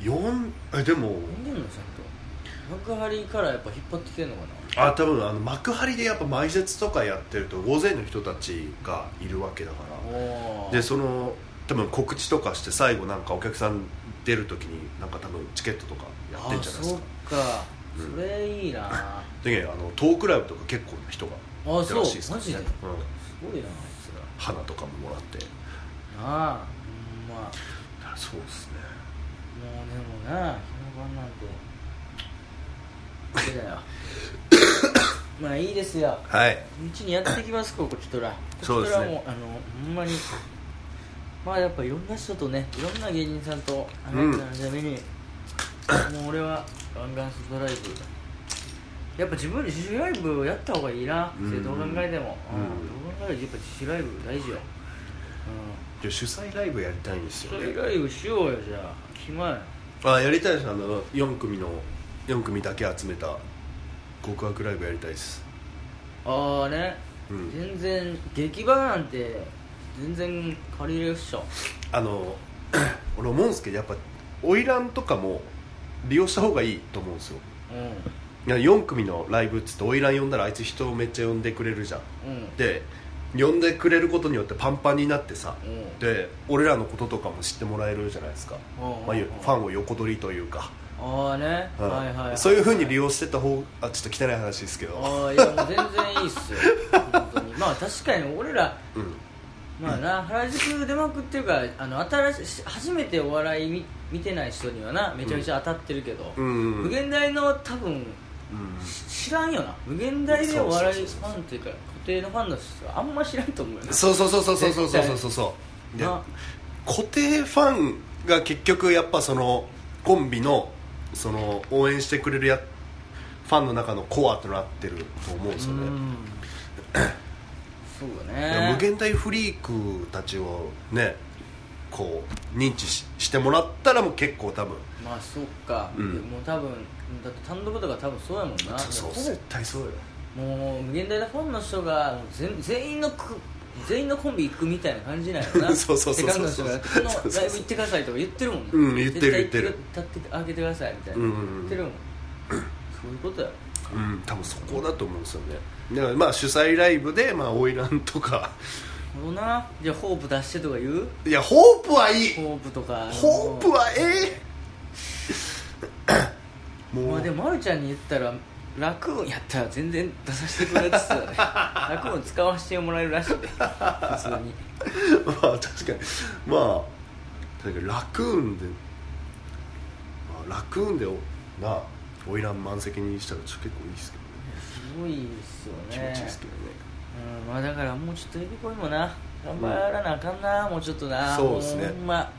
Speaker 2: 四えでも
Speaker 1: 読んでんのちゃんと幕張からやっぱ引っ張ってきてんのかな
Speaker 2: あ多分あの幕張でやっぱ埋設とかやってると大勢の人たちがいるわけだから
Speaker 1: おお
Speaker 2: でその多分告知とかして最後なんかお客さん出る時になんか多分チケットとかやってんじゃないです
Speaker 1: そっ
Speaker 2: か
Speaker 1: か
Speaker 2: うん
Speaker 1: それいいなあ
Speaker 2: であのトークライブとか結構な人が
Speaker 1: そうマ
Speaker 2: いたらしい
Speaker 1: ジ
Speaker 2: で
Speaker 1: ですす
Speaker 2: からね
Speaker 1: ごいなあいつら
Speaker 2: 花とかももらって
Speaker 1: なあほんま
Speaker 2: そうですね
Speaker 1: もうでもな日の晩なんてそうだよまあいいですよ
Speaker 2: はいう
Speaker 1: ちにやってきますここちとら
Speaker 2: そうですね
Speaker 1: こちとらもあのほんまにまあやっぱいろんな人とねいろんな芸人さんとあなたのために、もう俺はガンガン外ライブやっぱ自分で自主ライブをやった方がいいな、
Speaker 2: うん
Speaker 1: どう考えても、うんど
Speaker 2: うん
Speaker 1: う考えてもやっぱ自主ライブ大事よ、う
Speaker 2: じゃあ主催ライブやりたいんですよ
Speaker 1: ん、自
Speaker 2: ね
Speaker 1: 主ライブしようよじゃあ暇や
Speaker 2: あやりたいですあの4組の4組だけ集めた極悪ライブやりたいです
Speaker 1: ああね、
Speaker 2: うん
Speaker 1: 全然劇場なんて全然借りれるっしょ
Speaker 2: あの 俺思うんですけどやっぱ花魁とかも利用した方がいいと思うんですよ
Speaker 1: う
Speaker 2: いや4組のライブっつって花魁呼んだらあいつ人をめっちゃ呼んでくれるじゃん
Speaker 1: んうん
Speaker 2: で呼んでくれることによってパンパンになってさ
Speaker 1: うん
Speaker 2: で俺らのこととかも知ってもらえるじゃないですか、
Speaker 1: うん
Speaker 2: まあ、
Speaker 1: うん
Speaker 2: ファンを横取りというか、
Speaker 1: ああね、
Speaker 2: うん
Speaker 1: はいはい、はい、
Speaker 2: そういうふうに利用してった方あちょっと汚い話ですけど
Speaker 1: ああいやもう全然いいっすよ本当にまあ確かに俺ら
Speaker 2: うん
Speaker 1: まあな原宿出まくってるからあの新しい初めてお笑い見見てない人にはなめちゃめちゃ当たってるけど、
Speaker 2: うん
Speaker 1: 無限大の多分
Speaker 2: うん
Speaker 1: し知らんよな無限大でお笑い
Speaker 2: そ
Speaker 1: フ
Speaker 2: うそうそうそう
Speaker 1: ァンっていうか固定のファンの人はあんま知らんと思うよな
Speaker 2: そうそうそうそうそうそうそうそうそうで
Speaker 1: な
Speaker 2: 固定ファンが結局やっぱそのコンビのその応援してくれるやファンの中のコアとなってると思うんですよね、
Speaker 1: んそう
Speaker 2: だ
Speaker 1: だ
Speaker 2: から
Speaker 1: ね
Speaker 2: 無限大フリークたちをねこう認知ししてもらったらもう結構多分
Speaker 1: まあそっか、
Speaker 2: うん
Speaker 1: もう多分だって単独とか多分そうやもんな
Speaker 2: そう
Speaker 1: もうほぼ
Speaker 2: 絶対そうよ
Speaker 1: もう無限大のファンの人がもう全全員のく全員のコンビ行くみたいな感じなんやろな
Speaker 2: そうそうそう そう
Speaker 1: セカンドの人がこのライブ行ってくださいとか言ってるもんね
Speaker 2: うん言ってる
Speaker 1: 絶対
Speaker 2: 言ってる
Speaker 1: 立っててあげてくださいみたいな、
Speaker 2: うんうんうん
Speaker 1: 言ってるもんそういうことや
Speaker 2: うん多分そこだと思うんですよねだからまあ主催ライブでまあ花魁とか
Speaker 1: ほどなじゃあホープ出してとか言う
Speaker 2: いやホープはいい
Speaker 1: ホープとか
Speaker 2: ホープはえ えもう、
Speaker 1: まあでもまるちゃんに言ったら楽運やったら全然出させてくれって言ってた ね楽運使わせてもらえるらしいで普通に
Speaker 2: まあ確かにまあ確かにラクーンで、まあ、ラクーンでおなあ花魁満席にしたらちょっと結構いいですけ
Speaker 1: すごいですよね
Speaker 2: どね気持ちいいですけどね
Speaker 1: うんまあだからもうちょっとエビコイもな頑張らなあかんな、もうちょっとな
Speaker 2: そうですね
Speaker 1: もほんま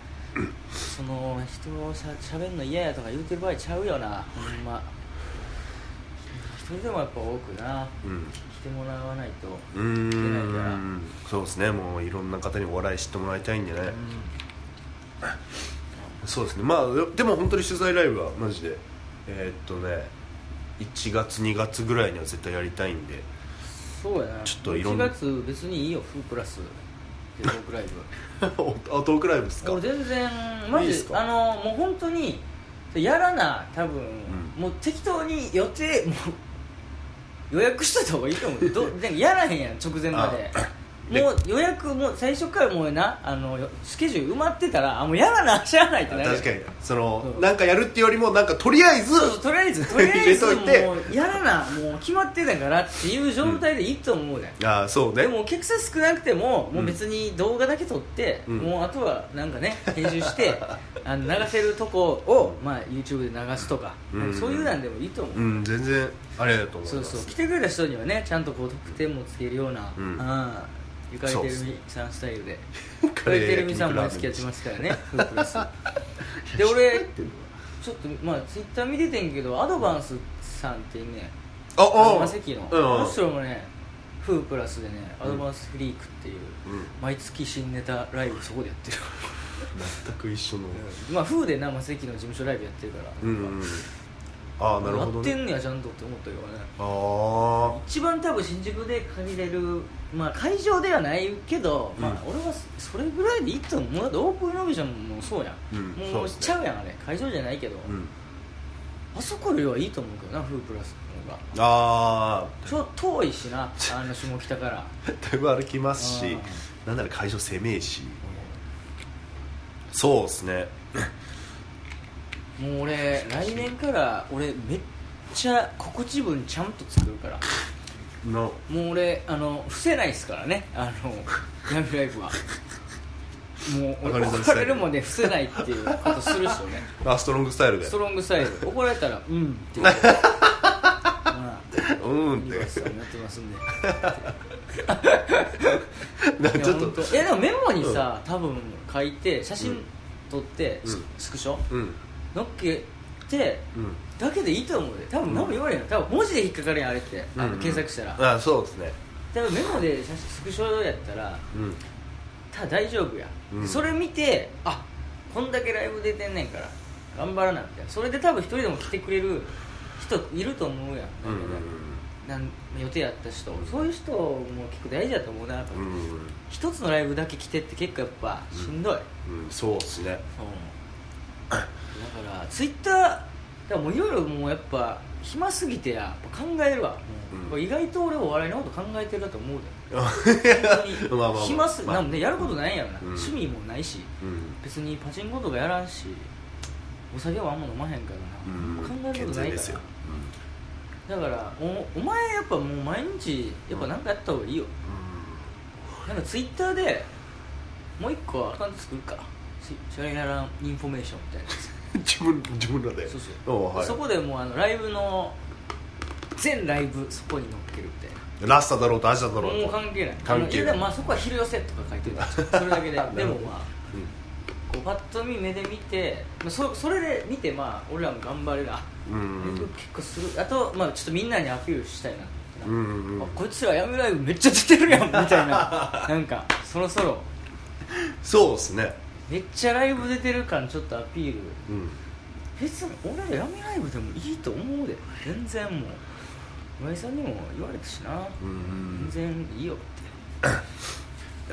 Speaker 1: その人をしゃしゃべんの嫌やとか言うてる場合ちゃうよなほんま一人でもやっぱ多くな
Speaker 2: うん
Speaker 1: 来てもらわないと
Speaker 2: う
Speaker 1: いけないから
Speaker 2: ーんそうですねもういろんな方にお笑い知ってもらいたいんでね、そうですねまあでも本当に取材ライブはマジでえーっとね1月2月ぐらいには絶対やりたいん で
Speaker 1: そうやな
Speaker 2: ちょっといろ
Speaker 1: 1
Speaker 2: ん
Speaker 1: 月別にいいよフープラスでトー クライブ
Speaker 2: あトークライブですか
Speaker 1: 俺全然マ
Speaker 2: いい
Speaker 1: ジ
Speaker 2: ですか
Speaker 1: あのもう本当にやらな多分、もう適当に予定もう予約しといた方がいいと思う どなんかやらへんやん直前まで
Speaker 2: あで
Speaker 1: もう予約もう最初からもうなあのよスケジュール埋まってたらあもうやらなし ゃあないってなるやん
Speaker 2: 確かにその、
Speaker 1: うん
Speaker 2: なんかやるっていうよりもなんかとりあえず
Speaker 1: そうそうとりあえずとりあえず
Speaker 2: 入れといて
Speaker 1: もうやらなもう決まってたからっていう状態でいいと思うね、ん
Speaker 2: ああそうね
Speaker 1: でもお客さん少なくてももう別に動画だけ撮って、
Speaker 2: うん
Speaker 1: もうあとはなんかね編集してあの流せるとこを、まあ、YouTube で流すとか,、
Speaker 2: うん
Speaker 1: そういうなんでもいいと思う、
Speaker 2: うん全然あれだと思います
Speaker 1: そうそう来てくれた人にはねちゃんとこう得点もつけるような、
Speaker 2: うん
Speaker 1: ああゆかれてるみさんスタイルでゆか
Speaker 2: カレ
Speaker 1: れ
Speaker 2: ー
Speaker 1: てるみさんも好きやってますからねフープレスで俺ちょっとまあツイッター見ててんけどアドバンスさんっていうね
Speaker 2: ああ
Speaker 1: マセキの、
Speaker 2: うん
Speaker 1: この人もねフープラスでねアドバンスフリークっていう、
Speaker 2: うん
Speaker 1: 毎月新ネタライブそこでやってる
Speaker 2: 全く一緒の
Speaker 1: まあフーでなマセキの事務所ライブやってるから、
Speaker 2: うん、うん、ああなるほど、
Speaker 1: やって
Speaker 2: ね、
Speaker 1: んのやちゃんとって思ったよね
Speaker 2: ああ
Speaker 1: 一番多分新宿で借りれるまあ会場ではないけど、まあ、俺はそれぐらいでいいと思うだってオープンイノベーションもそうやん、
Speaker 2: うん
Speaker 1: も
Speaker 2: そう
Speaker 1: う
Speaker 2: です
Speaker 1: し
Speaker 2: ね
Speaker 1: ちゃうやんあれ会場じゃないけど、
Speaker 2: うん
Speaker 1: あそこよりはいいと思うけどなフープラスの方が
Speaker 2: あ
Speaker 1: ちょっと遠いしなあの下北から
Speaker 2: あだいぶ歩きますしなんなら会場狭いしそうですね
Speaker 1: もう俺来年から俺めっちゃ心地分ちゃんと作るから
Speaker 2: の
Speaker 1: もう俺あの伏せないですからねあの闇ライブはもう
Speaker 2: わかり
Speaker 1: 俺
Speaker 2: ました
Speaker 1: 怒られるまで伏せないっていうことする人 ね
Speaker 2: あストロングスタイルで
Speaker 1: ストロングサイズ怒られたら「うん」っていうまあ
Speaker 2: うーん
Speaker 1: ユニバースさんやってますんで
Speaker 2: って なんか
Speaker 1: いや
Speaker 2: ちょっ
Speaker 1: 本
Speaker 2: と
Speaker 1: 当いやでもメモにさ、多分書いて写真撮って、
Speaker 2: うん
Speaker 1: ススクショ
Speaker 2: うん
Speaker 1: 乗っけて
Speaker 2: うん
Speaker 1: だけでいいと思うで多分何も言われへんよ多分文字で引っかかるやんあれって、あの検索したら、
Speaker 2: らあそうですね
Speaker 1: 多分メモで写真スクショやったら
Speaker 2: うん
Speaker 1: た大丈夫や、
Speaker 2: うん
Speaker 1: それ見てあこんだけライブ出てんねんから頑張らなみたいなそれで多分一人でも来てくれる人いると思うやん
Speaker 2: うんうん
Speaker 1: なん予定やった人そういう人も結構大事だと思うなと
Speaker 2: う
Speaker 1: 思って、
Speaker 2: ん
Speaker 1: 一つのライブだけ来てって結構やっぱしんどい、
Speaker 2: うんうんそうですね
Speaker 1: だからツイッターだからもういろいろもうやっぱ暇すぎてややっぱ考えるわ、
Speaker 2: うん
Speaker 1: これ意外と俺お笑いのこと考えてるなと思うで
Speaker 2: ま
Speaker 1: 本当 に
Speaker 2: あまあまあ
Speaker 1: 暇す
Speaker 2: まあ
Speaker 1: なんでやることないんやろな、
Speaker 2: うん
Speaker 1: 趣味もないし
Speaker 2: うん
Speaker 1: 別にパチンコとかやらんしお酒はあんま飲まへんからな、
Speaker 2: うん
Speaker 1: 考えることない
Speaker 2: 健全で
Speaker 1: か
Speaker 2: すよ
Speaker 1: らだからおお前やっぱもう毎日やっぱなんかやった方がいいよ、なんかツイッターでもう一個アカウント作るかシャレならんインフォメーションみたいなやつ
Speaker 2: うん自分自分らで
Speaker 1: そうそう
Speaker 2: おうはい
Speaker 1: そこでもうあのライブの全ライブそこに乗っけるみたいな
Speaker 2: ラスタだろうとアジアだろ
Speaker 1: も
Speaker 2: うと
Speaker 1: う関係ない
Speaker 2: 関係ない
Speaker 1: あのやでもまあそこは昼寄せとか書いてる それだけで
Speaker 2: なるほど
Speaker 1: でもまあ
Speaker 2: うん
Speaker 1: こうパッと見目で見て、まあ、そそれで見てまあ俺らも頑張れるあ、
Speaker 2: うんうん
Speaker 1: 結構するあとまあちょっとみんなにアピールしたいなってな
Speaker 2: うんうんうん
Speaker 1: あこいつらやめライブめっちゃ出てるやんみたい ななんかそろそろ
Speaker 2: そうですね
Speaker 1: めっちゃライブ出てる感ちょっとアピール
Speaker 2: うん
Speaker 1: 別に俺ら闇ライブでもいいと思うで全然もう岩井さんにも言われたしな、
Speaker 2: うんうん
Speaker 1: 全然いいよって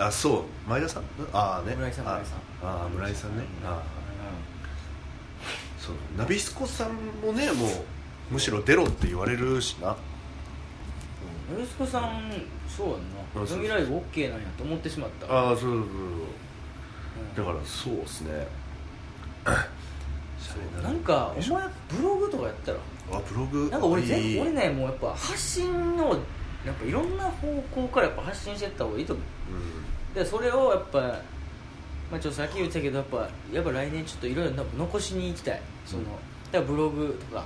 Speaker 2: あそう前田さんああね
Speaker 1: 村井さん
Speaker 2: あ
Speaker 1: 村井さん
Speaker 2: あー村井さんねあ
Speaker 1: う
Speaker 2: ーそうナビスコさんもねもうむしろ出ろって言われるしな、
Speaker 1: んヨルスコさんそうやん
Speaker 2: あ
Speaker 1: な
Speaker 2: そうそう
Speaker 1: 闇ライブ OK なんやと思ってしまった
Speaker 2: ああそうそう
Speaker 1: う
Speaker 2: そ
Speaker 1: ん
Speaker 2: うだからそうですね シャレ
Speaker 1: なんかお
Speaker 2: でし
Speaker 1: 前
Speaker 2: ょ
Speaker 1: ブログとかやったら
Speaker 2: あブログ
Speaker 1: なんか俺全
Speaker 2: いい
Speaker 1: 俺ねもうやっぱ発信のやっぱいろんな方向からやっぱ発信してった方がいいと思うでそれをやっぱまあちょっとさっき言ってたけどやっぱやっぱ来年ちょっといろいろ残しに行きたいその、
Speaker 2: うん
Speaker 1: だからブログとか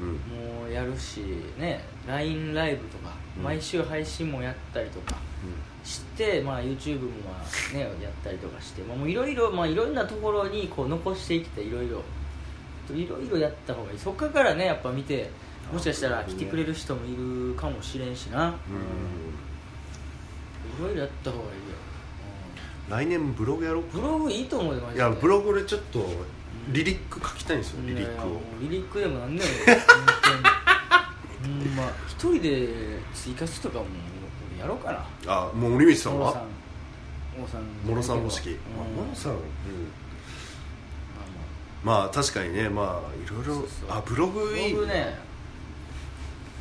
Speaker 2: うんうん
Speaker 1: もうやるしね LINE ライブとか、
Speaker 2: うん
Speaker 1: 毎週配信もやったりとかして、まあ、YouTube もまあ、ね、やったりとかして、まあ、もういろいろまあいろんなところにこう残していきたいいろいろといろいろやった方がいいそっからねやっぱ見てもしかしたら来てくれる人もいるかもしれんしな
Speaker 2: うん、うん
Speaker 1: いろいろやった方がいいよ、
Speaker 2: 来年ブログやろうか
Speaker 1: うんブログいいと思うよマジ
Speaker 2: い
Speaker 1: で
Speaker 2: やブログ俺ちょっとリリック書きたいんですよリリック
Speaker 1: いや
Speaker 2: を
Speaker 1: もうリリックでもなんでもいいよ本当にほんま一人で追加しとかも俺やろうかな
Speaker 2: あもう森道さん
Speaker 1: モロさ
Speaker 2: は
Speaker 1: んモロさん
Speaker 2: モロさん方式
Speaker 1: うん
Speaker 2: あモロさんうん
Speaker 1: あまあ
Speaker 2: まあ確かにねまあいろい
Speaker 1: そ
Speaker 2: ろ
Speaker 1: うそう
Speaker 2: あブログいい
Speaker 1: ブログね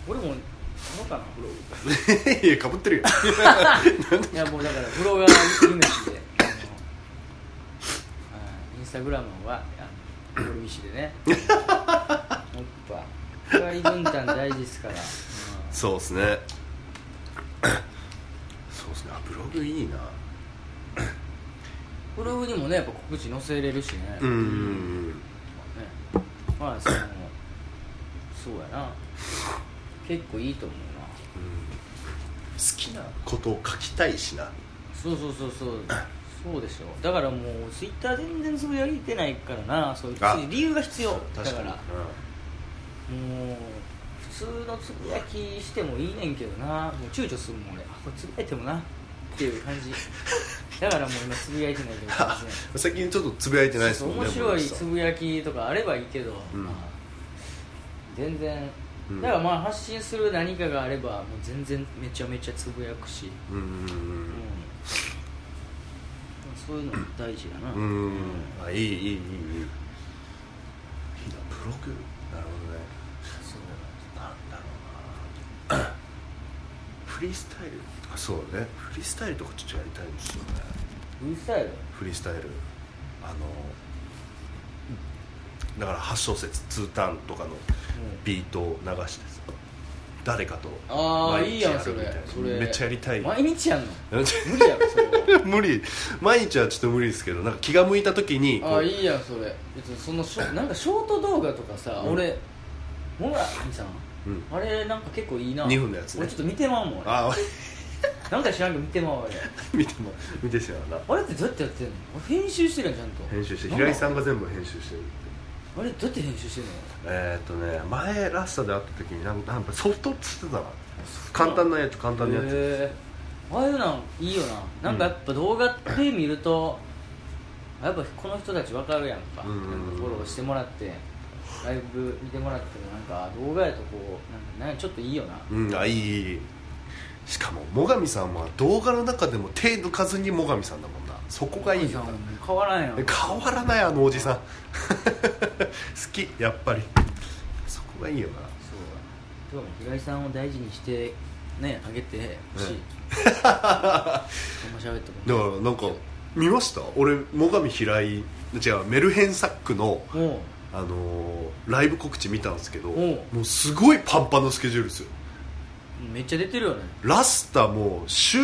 Speaker 1: 俺もやろうかなブログ
Speaker 2: いやかぶっ てるよ
Speaker 1: いやもうだからブロガー夢であのはいインスタグラムはあのブログ石で ねやっぱ役割分担大事ですから、う
Speaker 2: そうですね そうですねあブログいいなん
Speaker 1: ブログにもねやっぱ告知載せれるしね
Speaker 2: うんうんうん
Speaker 1: ねまあそのそうやな結構いいと思うな
Speaker 2: 好きなことを書きたいしな
Speaker 1: そうそうそうそうそうでしょだからもうツイッター全然つぶやいてないからなそういう
Speaker 2: あ
Speaker 1: 理由が必要だ
Speaker 2: 確
Speaker 1: か
Speaker 2: からに
Speaker 1: もう普通のつぶやきしてもいいねんけどなもう躊躇するもん俺あこれつぶやいてもなっていう感じ だからもう今つぶやいてないけど全然
Speaker 2: うん 最近ちょっとつぶやいてないですもんね
Speaker 1: 面白い
Speaker 2: 森口さ
Speaker 1: つ
Speaker 2: ん
Speaker 1: ぶやきとかあればいいけど、
Speaker 2: うん
Speaker 1: まあ全然
Speaker 2: うん
Speaker 1: だからまあ発信する何かがあればもう全然めちゃめちゃつぶやくし、
Speaker 2: うんうん
Speaker 1: うんそういうのも大事だな
Speaker 2: うんうんあいいいいいいいいブログなるほどね
Speaker 1: そう
Speaker 2: なんだろうなフリースタイルあそうねフリースタイルとかちょっとやりたいんですよね
Speaker 1: フリースタイル
Speaker 2: フリースタイルあのだから8小節2ターンとかのビートを流してさ誰かと
Speaker 1: ああいいやん
Speaker 2: る
Speaker 1: そ
Speaker 2: みた
Speaker 1: れ
Speaker 2: いな
Speaker 1: それ
Speaker 2: めっちゃやりたい
Speaker 1: 毎日やんの無理やろそれは
Speaker 2: 無理毎日はちょっと無理ですけどなんか気が向いた時に
Speaker 1: あ
Speaker 2: こ
Speaker 1: あ
Speaker 2: う
Speaker 1: いいやんそれ別にそのショなんかショート動画とかさ、
Speaker 2: うん
Speaker 1: 俺モラミさん
Speaker 2: うん
Speaker 1: あれなんか結構いいな
Speaker 2: 二分のやつね
Speaker 1: 俺ちょっと見てまうもん俺
Speaker 2: ああ
Speaker 1: なんか知らんけど見てまうわ俺
Speaker 2: 見ても見てしまうな
Speaker 1: あれってどうやってやってんの俺編集してるやんちゃんと
Speaker 2: 編集して
Speaker 1: なん
Speaker 2: 平井さんが全部編集してる
Speaker 1: あれどうやって編集してんの
Speaker 2: えーっとね前ラッサで会った時になんかなんかソフトっつってたな簡単なやつ簡単なやつ、
Speaker 1: へーああいうのいいよななんかやっぱ動画で見ると、やっぱこの人たち分かるやんか,、
Speaker 2: うんうんうん
Speaker 1: なんかフォローしてもらってライブ見てもらってもなんか動画やとこうなんかなんかちょっといいよな
Speaker 2: うんあいいいいいいしかも最上さんは動画の中でも手抜かずに最上さんだもんなそこがいいよ
Speaker 1: お
Speaker 2: な
Speaker 1: 母さんも変わらんやん
Speaker 2: え変わらないあのおじさん 好きやっぱりそこがいいよな
Speaker 1: そうだでも平井さんを大事にしてねあげてほしい、
Speaker 2: うん
Speaker 1: あんま喋ったこと
Speaker 2: だからなんか見ました俺最上平井違うメルヘンサックの、
Speaker 1: ないも
Speaker 2: あのーライブ告知見たんですけど
Speaker 1: おう
Speaker 2: もうすごいパンパンのスケジュールですよ
Speaker 1: うめっちゃ出てるよね
Speaker 2: ラスタも週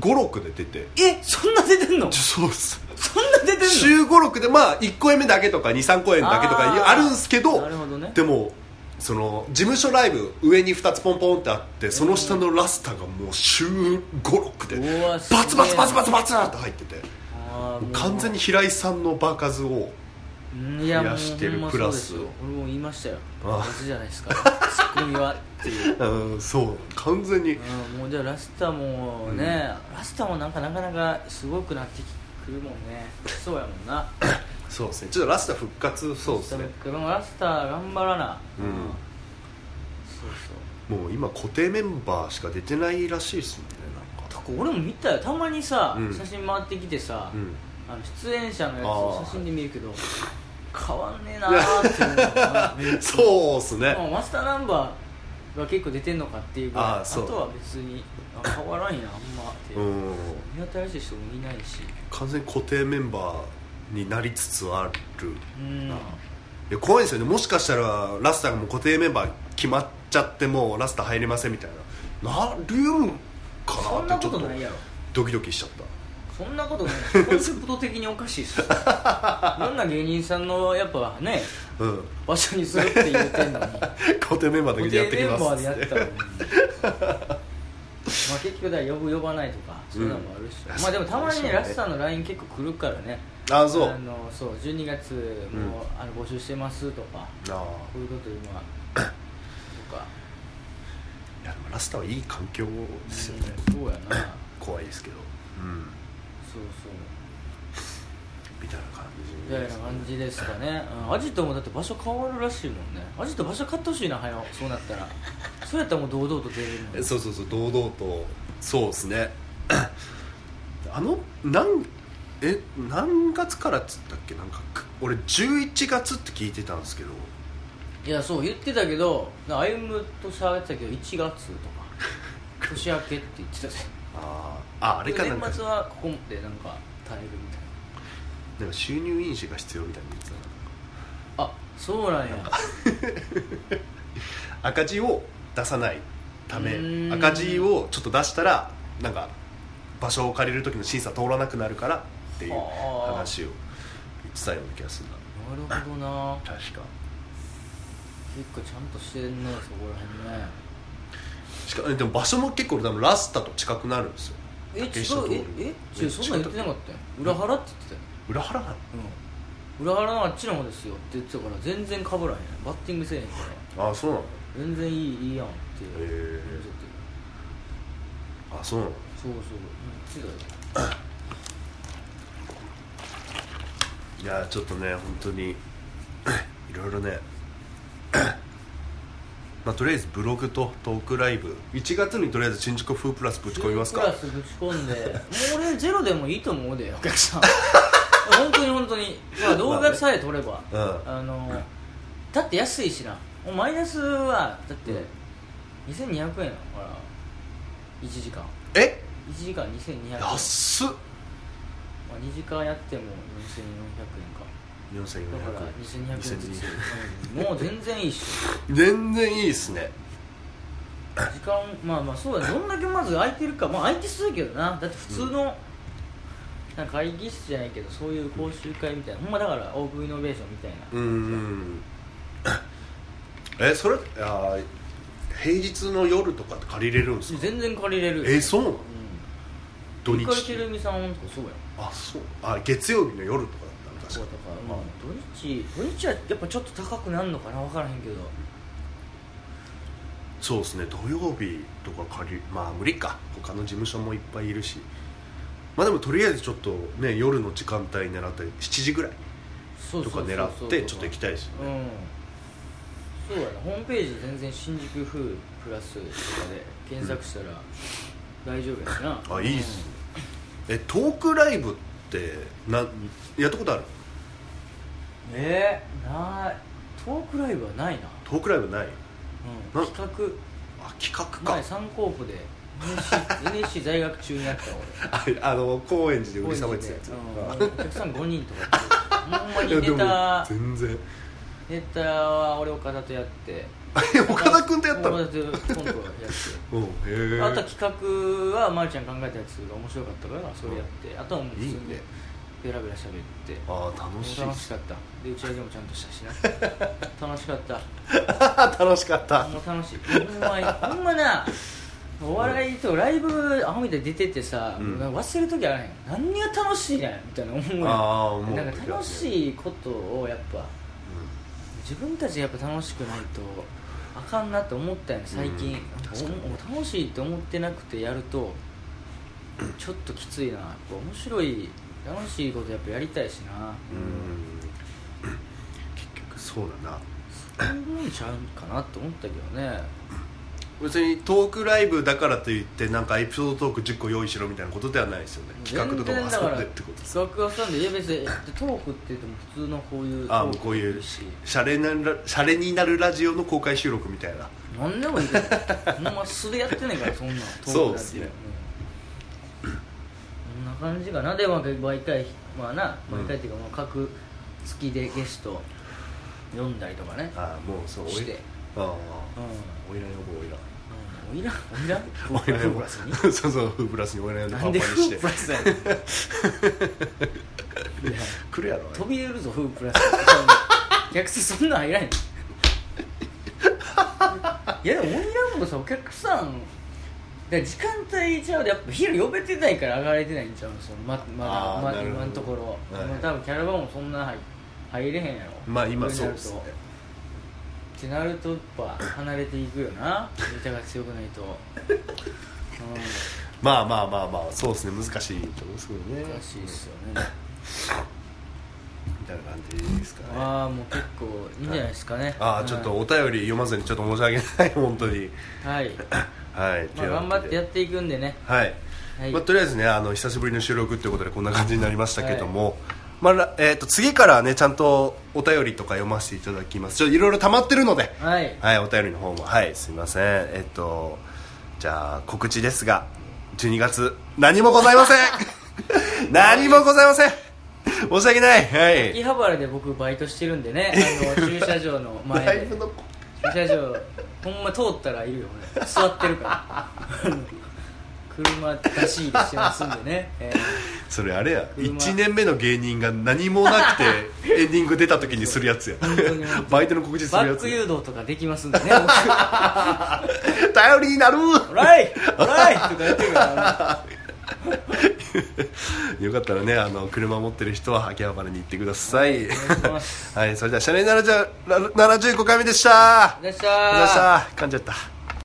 Speaker 2: 56で出て
Speaker 1: えそんな出てんの
Speaker 2: ちょそうっす
Speaker 1: そんな出てんの
Speaker 2: 週56でまあ1公演目だけとか23公演だけと
Speaker 1: あ
Speaker 2: か
Speaker 1: ー
Speaker 2: あるんすけど
Speaker 1: なるほどね
Speaker 2: でもその事務所ライブ上に2つポンポンってあってその下のラスタがもう週56
Speaker 1: う
Speaker 2: で
Speaker 1: わすげえ
Speaker 2: バツバツバツバツバツって入ってて
Speaker 1: あーもう
Speaker 2: 完全に平井さんのバカ数を
Speaker 1: うんいや
Speaker 2: 増
Speaker 1: もう
Speaker 2: やしてる
Speaker 1: ほんま
Speaker 2: プ
Speaker 1: そう
Speaker 2: ラ
Speaker 1: です
Speaker 2: ス
Speaker 1: よ俺も言いましたよプ
Speaker 2: ああ
Speaker 1: ラスじゃないですかツッコミはっていう
Speaker 2: うんそう完全に
Speaker 1: うんもうじゃあラスタもね、ラスタもなんかなかなかすごくなってくるもんねそうやもんな
Speaker 2: そうですねちょっとラスタ復活そうですね
Speaker 1: でもラスタ頑張らな
Speaker 2: うん
Speaker 1: そうそう
Speaker 2: もう今固定メンバーしか出てないらしいですもんねなん
Speaker 1: だ
Speaker 2: か
Speaker 1: から俺も見たよたまにさ、
Speaker 2: うん
Speaker 1: 写真回ってきてさ、
Speaker 2: うん
Speaker 1: あの出演者のやつ
Speaker 2: あ
Speaker 1: を
Speaker 2: あ
Speaker 1: 写真で見るけど変わんねえなーっていうのが
Speaker 2: そうっすね
Speaker 1: まあマスターナンバーが結構出てんのかっていうぐらい
Speaker 2: あ
Speaker 1: あ
Speaker 2: あそう
Speaker 1: とは別にあ変わらんやんあんまって、
Speaker 2: うん
Speaker 1: 見当たらしい人もいないし
Speaker 2: 完全に固定メンバーになりつつある
Speaker 1: うん
Speaker 2: いや怖いですよねもしかしたらラスターがもう固定メンバー決まっちゃってもうラスター入れませんみたいななるん
Speaker 1: そ
Speaker 2: か
Speaker 1: ん
Speaker 2: な
Speaker 1: な
Speaker 2: ってち
Speaker 1: こ
Speaker 2: ょ
Speaker 1: と
Speaker 2: っと
Speaker 1: ないやろ
Speaker 2: ドキドキしちゃった
Speaker 1: そんなことないコンセプト的におかしいっ すよどんな芸人さんのやっぱね
Speaker 2: うん
Speaker 1: 場所にするって言ってんの に
Speaker 2: 固定メンバー
Speaker 1: 固
Speaker 2: だけでやっ
Speaker 1: 定
Speaker 2: てき
Speaker 1: メン
Speaker 2: ます
Speaker 1: バー
Speaker 2: っ
Speaker 1: で
Speaker 2: つ
Speaker 1: や
Speaker 2: っ
Speaker 1: ってたのにまあ結局だから呼ぶ呼ばないとかそういうのもあるし、
Speaker 2: うん
Speaker 1: まあでもたまに
Speaker 2: そう
Speaker 1: ね
Speaker 2: ね
Speaker 1: ラスさんの LINE 結構来るからね
Speaker 2: あそう
Speaker 1: あのそう12月も、あの募集してますとか
Speaker 2: ああ
Speaker 1: こういうこと今とか
Speaker 2: いやでもラスターはいい環境ですよね
Speaker 1: うんそうやな
Speaker 2: 怖いですけどうん
Speaker 1: そうそう
Speaker 2: みたいな感
Speaker 1: み
Speaker 2: じ
Speaker 1: たいな感じですかね、うん、アジトもだって場所変わるらしいもんねアジト場所買ってほしいな早うそうなったらそうやったらもう堂々と出れるの
Speaker 2: えそうそうそう堂々とそうですね あのなんえ何月からっつったっけなんかく俺11月って聞いてたんですけど
Speaker 1: いやそう言ってたけどな歩夢と喋ってたけど1月とか 年明けって言ってたぜ
Speaker 2: あーああれかなんか
Speaker 1: 年末はここでなんか耐えるみたい
Speaker 2: なんか収入印紙が必要みたいなやつだ
Speaker 1: なあそうなんや
Speaker 2: な赤字を出さないため
Speaker 1: うーん
Speaker 2: 赤字をちょっと出したらなんか場所を借りる時の審査通らなくなるからっていう
Speaker 1: はあ
Speaker 2: 話を言ってたような気がするな
Speaker 1: なるほどな
Speaker 2: 確か
Speaker 1: 結構ちゃんとしてんねそこら辺ね
Speaker 2: しかえでも場所も結構多分ラスタと近くなるんですよ
Speaker 1: え違う
Speaker 2: 竹下通り
Speaker 1: ええ違うそんなん言ってなかったよ裏腹って言ってたよ、
Speaker 2: 裏腹なの
Speaker 1: うん、裏腹のあっちの方ですよって言ってたから全然かぶらへんバッティングせえへんから
Speaker 2: あそうなの
Speaker 1: 全然いいいいやんって
Speaker 2: へえ
Speaker 1: 言ってて
Speaker 2: あそうなの
Speaker 1: そうそう言ってたよ
Speaker 2: いや ちょっとね本当にいろいろね まあ、とりあえずブログとトークライブ1月にとりあえず新宿風プラスぶち込みますか
Speaker 1: プラスぶち込んでもう俺ゼロでもいいと思う でお客さん本当に本当にまあ動画さえ撮れば、
Speaker 2: まあね
Speaker 1: あのだって安いしなもうマイナスはだって
Speaker 2: うん
Speaker 1: 2200円だから1時間
Speaker 2: え
Speaker 1: 1時間2200円
Speaker 2: 安っ
Speaker 1: まあ、2時間やっても4400
Speaker 2: 4400
Speaker 1: 円かだから2200円ずつうんもう全然いいし
Speaker 2: 全然いいっすね
Speaker 1: 時間まあまあそうだねどんだけまず空いてるかまあ空いてそうやけどなだって普通の、なんか会議室じゃないけどそういう講習会みたいなほんまだからオープンイノベーションみたいな
Speaker 2: うーん えそれあー平日の夜とかって借りれるんですか
Speaker 1: 全然借りれる
Speaker 2: えそうなの
Speaker 1: う
Speaker 2: 土
Speaker 1: ん
Speaker 2: 日
Speaker 1: 光てるみさんとかそうやん
Speaker 2: あそうあ月曜日の夜とかだった
Speaker 1: そ
Speaker 2: の
Speaker 1: う
Speaker 2: 確
Speaker 1: とか、
Speaker 2: か
Speaker 1: まあ、土日土日はやっぱちょっと高くなるのかな分からへんけど
Speaker 2: そうですね土曜日とか借りまあ無理か他の事務所もいっぱいいるしまあでもとりあえずちょっとね夜の時間帯狙ったり7時ぐらい
Speaker 1: そう
Speaker 2: とか
Speaker 1: そうそう
Speaker 2: 狙
Speaker 1: そう
Speaker 2: ってちょっと行きたいですよね
Speaker 1: うんそうやなホームページ全然新宿風プラスとかで検索したら大丈夫やしな、
Speaker 2: あいいっすねえトークライブってなやったことある
Speaker 1: うんえー、ないトークライブはないな、
Speaker 2: トークライブない
Speaker 1: うん
Speaker 2: な
Speaker 1: 企
Speaker 2: あ企画
Speaker 1: 画
Speaker 2: か
Speaker 1: 前サンコープで NSC, NSC 在学中にやった
Speaker 2: ああの高円寺で売
Speaker 1: 俺
Speaker 2: りさばいてたやつ
Speaker 1: 高円寺でうんお客さん5人とかほんま
Speaker 2: あ
Speaker 1: に
Speaker 2: いやで
Speaker 1: ネ
Speaker 2: も
Speaker 1: タ
Speaker 2: 全然
Speaker 1: ネタは俺岡田とやって
Speaker 2: え岡田君とやったのう
Speaker 1: 岡
Speaker 2: んへ
Speaker 1: 田とコントやって
Speaker 2: え
Speaker 1: あとは企画はまるちゃん考えたやつが面白かったからそれやってあとはもう普通
Speaker 2: いい
Speaker 1: に
Speaker 2: ね
Speaker 1: ベラベラ喋って
Speaker 2: あー楽しいっ
Speaker 1: 楽し
Speaker 2: す
Speaker 1: かったで打ち上げもちゃんと したしな楽しかった
Speaker 2: 楽しかった
Speaker 1: もう楽しいほんまにほんまなお笑いとライブアホみたいに出ててさ、
Speaker 2: うん
Speaker 1: なんか忘れる時あらへん何が楽しいねんみたいな思うやん
Speaker 2: あー思う
Speaker 1: なんか楽しいことをやっぱ自分たちやっぱ楽しくないとあかんなって思ったよね最近、
Speaker 2: うん確かに
Speaker 1: お楽しいって思ってなくてやるとちょっときついなやっぱ面白い楽しいことやっぱやりたいしな
Speaker 2: うん結局そうだな
Speaker 1: そういうもんちゃうかなって思ったけどね
Speaker 2: 別にトークライブだからといってなんかエピソードトーク10個用意しろみたいなことではないですよね企画と
Speaker 1: 全然だ
Speaker 2: かも
Speaker 1: か
Speaker 2: 遊ん
Speaker 1: ら
Speaker 2: でってことです
Speaker 1: 企画は挟んでいや別にトークって言っても普通のこういうト
Speaker 2: ああも
Speaker 1: ー
Speaker 2: う
Speaker 1: ク
Speaker 2: こういう
Speaker 1: し
Speaker 2: シャレならシャレになるラジオの公開収録みたいな
Speaker 1: 何でもいいけどほんま素でやってんねんからそんなん
Speaker 2: そうっすね
Speaker 1: うんこんな感じかなでまあ毎回まあな
Speaker 2: うん
Speaker 1: 毎回っていうか、まあ、各月でゲスト読んだりとかね
Speaker 2: ああもうそうおい
Speaker 1: して
Speaker 2: ああ
Speaker 1: うん
Speaker 2: おいら呼ぼうおいら
Speaker 1: うんおいらんおいらん
Speaker 2: おいら呼
Speaker 1: ブ
Speaker 2: ぼう
Speaker 1: ラスに
Speaker 2: そうそうフーブラスにおいら呼んでパ
Speaker 1: な
Speaker 2: ンパ
Speaker 1: ん
Speaker 2: ン
Speaker 1: で
Speaker 2: に
Speaker 1: フ
Speaker 2: して
Speaker 1: ープラス やねんいや
Speaker 2: 来るやろあれ
Speaker 1: 飛び出るぞフープ ラス客さんそんなん入らへんいやでもオンラインもさお客さんだから時間帯ちゃうでやっぱ昼呼べてないから上がれてないんちゃうのそのま
Speaker 2: あ
Speaker 1: まだま
Speaker 2: ーなるほど
Speaker 1: 今のところ、
Speaker 2: はい
Speaker 1: まあ多分キャラバンもそんな入入れへんやろ
Speaker 2: まあ今そうですね
Speaker 1: これになるとってなるとやっぱ離れていくよなネタが強くない と、う
Speaker 2: まあまあまあまあそうですね難しいと思うんですけどね
Speaker 1: ん、難しいっすよね
Speaker 2: みたいな感じですかね
Speaker 1: ああもう結構いいんじゃないですかね
Speaker 2: ああちょっとお便り読まずにちょっと申し訳ない本当に
Speaker 1: うんはい
Speaker 2: はい、
Speaker 1: まあ、頑張ってや
Speaker 2: っ
Speaker 1: っていくんでね
Speaker 2: はい、
Speaker 1: はい
Speaker 2: まあ、とりあえずねあの久しぶりの収録ということでこんな感じになりましたけども、まあらえー、と次からねちゃんとお便りとか読ませていただきますちょっといろいろ溜まってるので
Speaker 1: はい
Speaker 2: はいお便りの方もはいすいませんえっ、とじゃあ告知ですが12月何もございま せん何もございません申し訳ないはい
Speaker 1: 秋葉原で僕バイトしてるんでねあの駐車場の前
Speaker 2: ライ
Speaker 1: で
Speaker 2: ブの
Speaker 1: 駐車場ほんま通ったらいるよ俺座ってるから 車出し入れしてますんでね、え
Speaker 2: それあれや
Speaker 1: 車
Speaker 2: 1年目の芸人が何もなく てエンディング出た時にするやつや
Speaker 1: 当に本当に
Speaker 2: バイトの告知
Speaker 1: ー
Speaker 2: する
Speaker 1: バ
Speaker 2: や
Speaker 1: ッ
Speaker 2: つ
Speaker 1: ク
Speaker 2: や
Speaker 1: 誘導とかできますんでね「
Speaker 2: 頼りになる
Speaker 1: オライ オライ!」とかやってるから
Speaker 2: よかったらねあの車持ってる人は秋葉原に行ってください
Speaker 1: お願いします
Speaker 2: はいそれでは「シャレにならじゃ75回目でしたあ
Speaker 1: いらっし
Speaker 2: りがとうございまし
Speaker 1: ゃー
Speaker 2: た噛んじゃった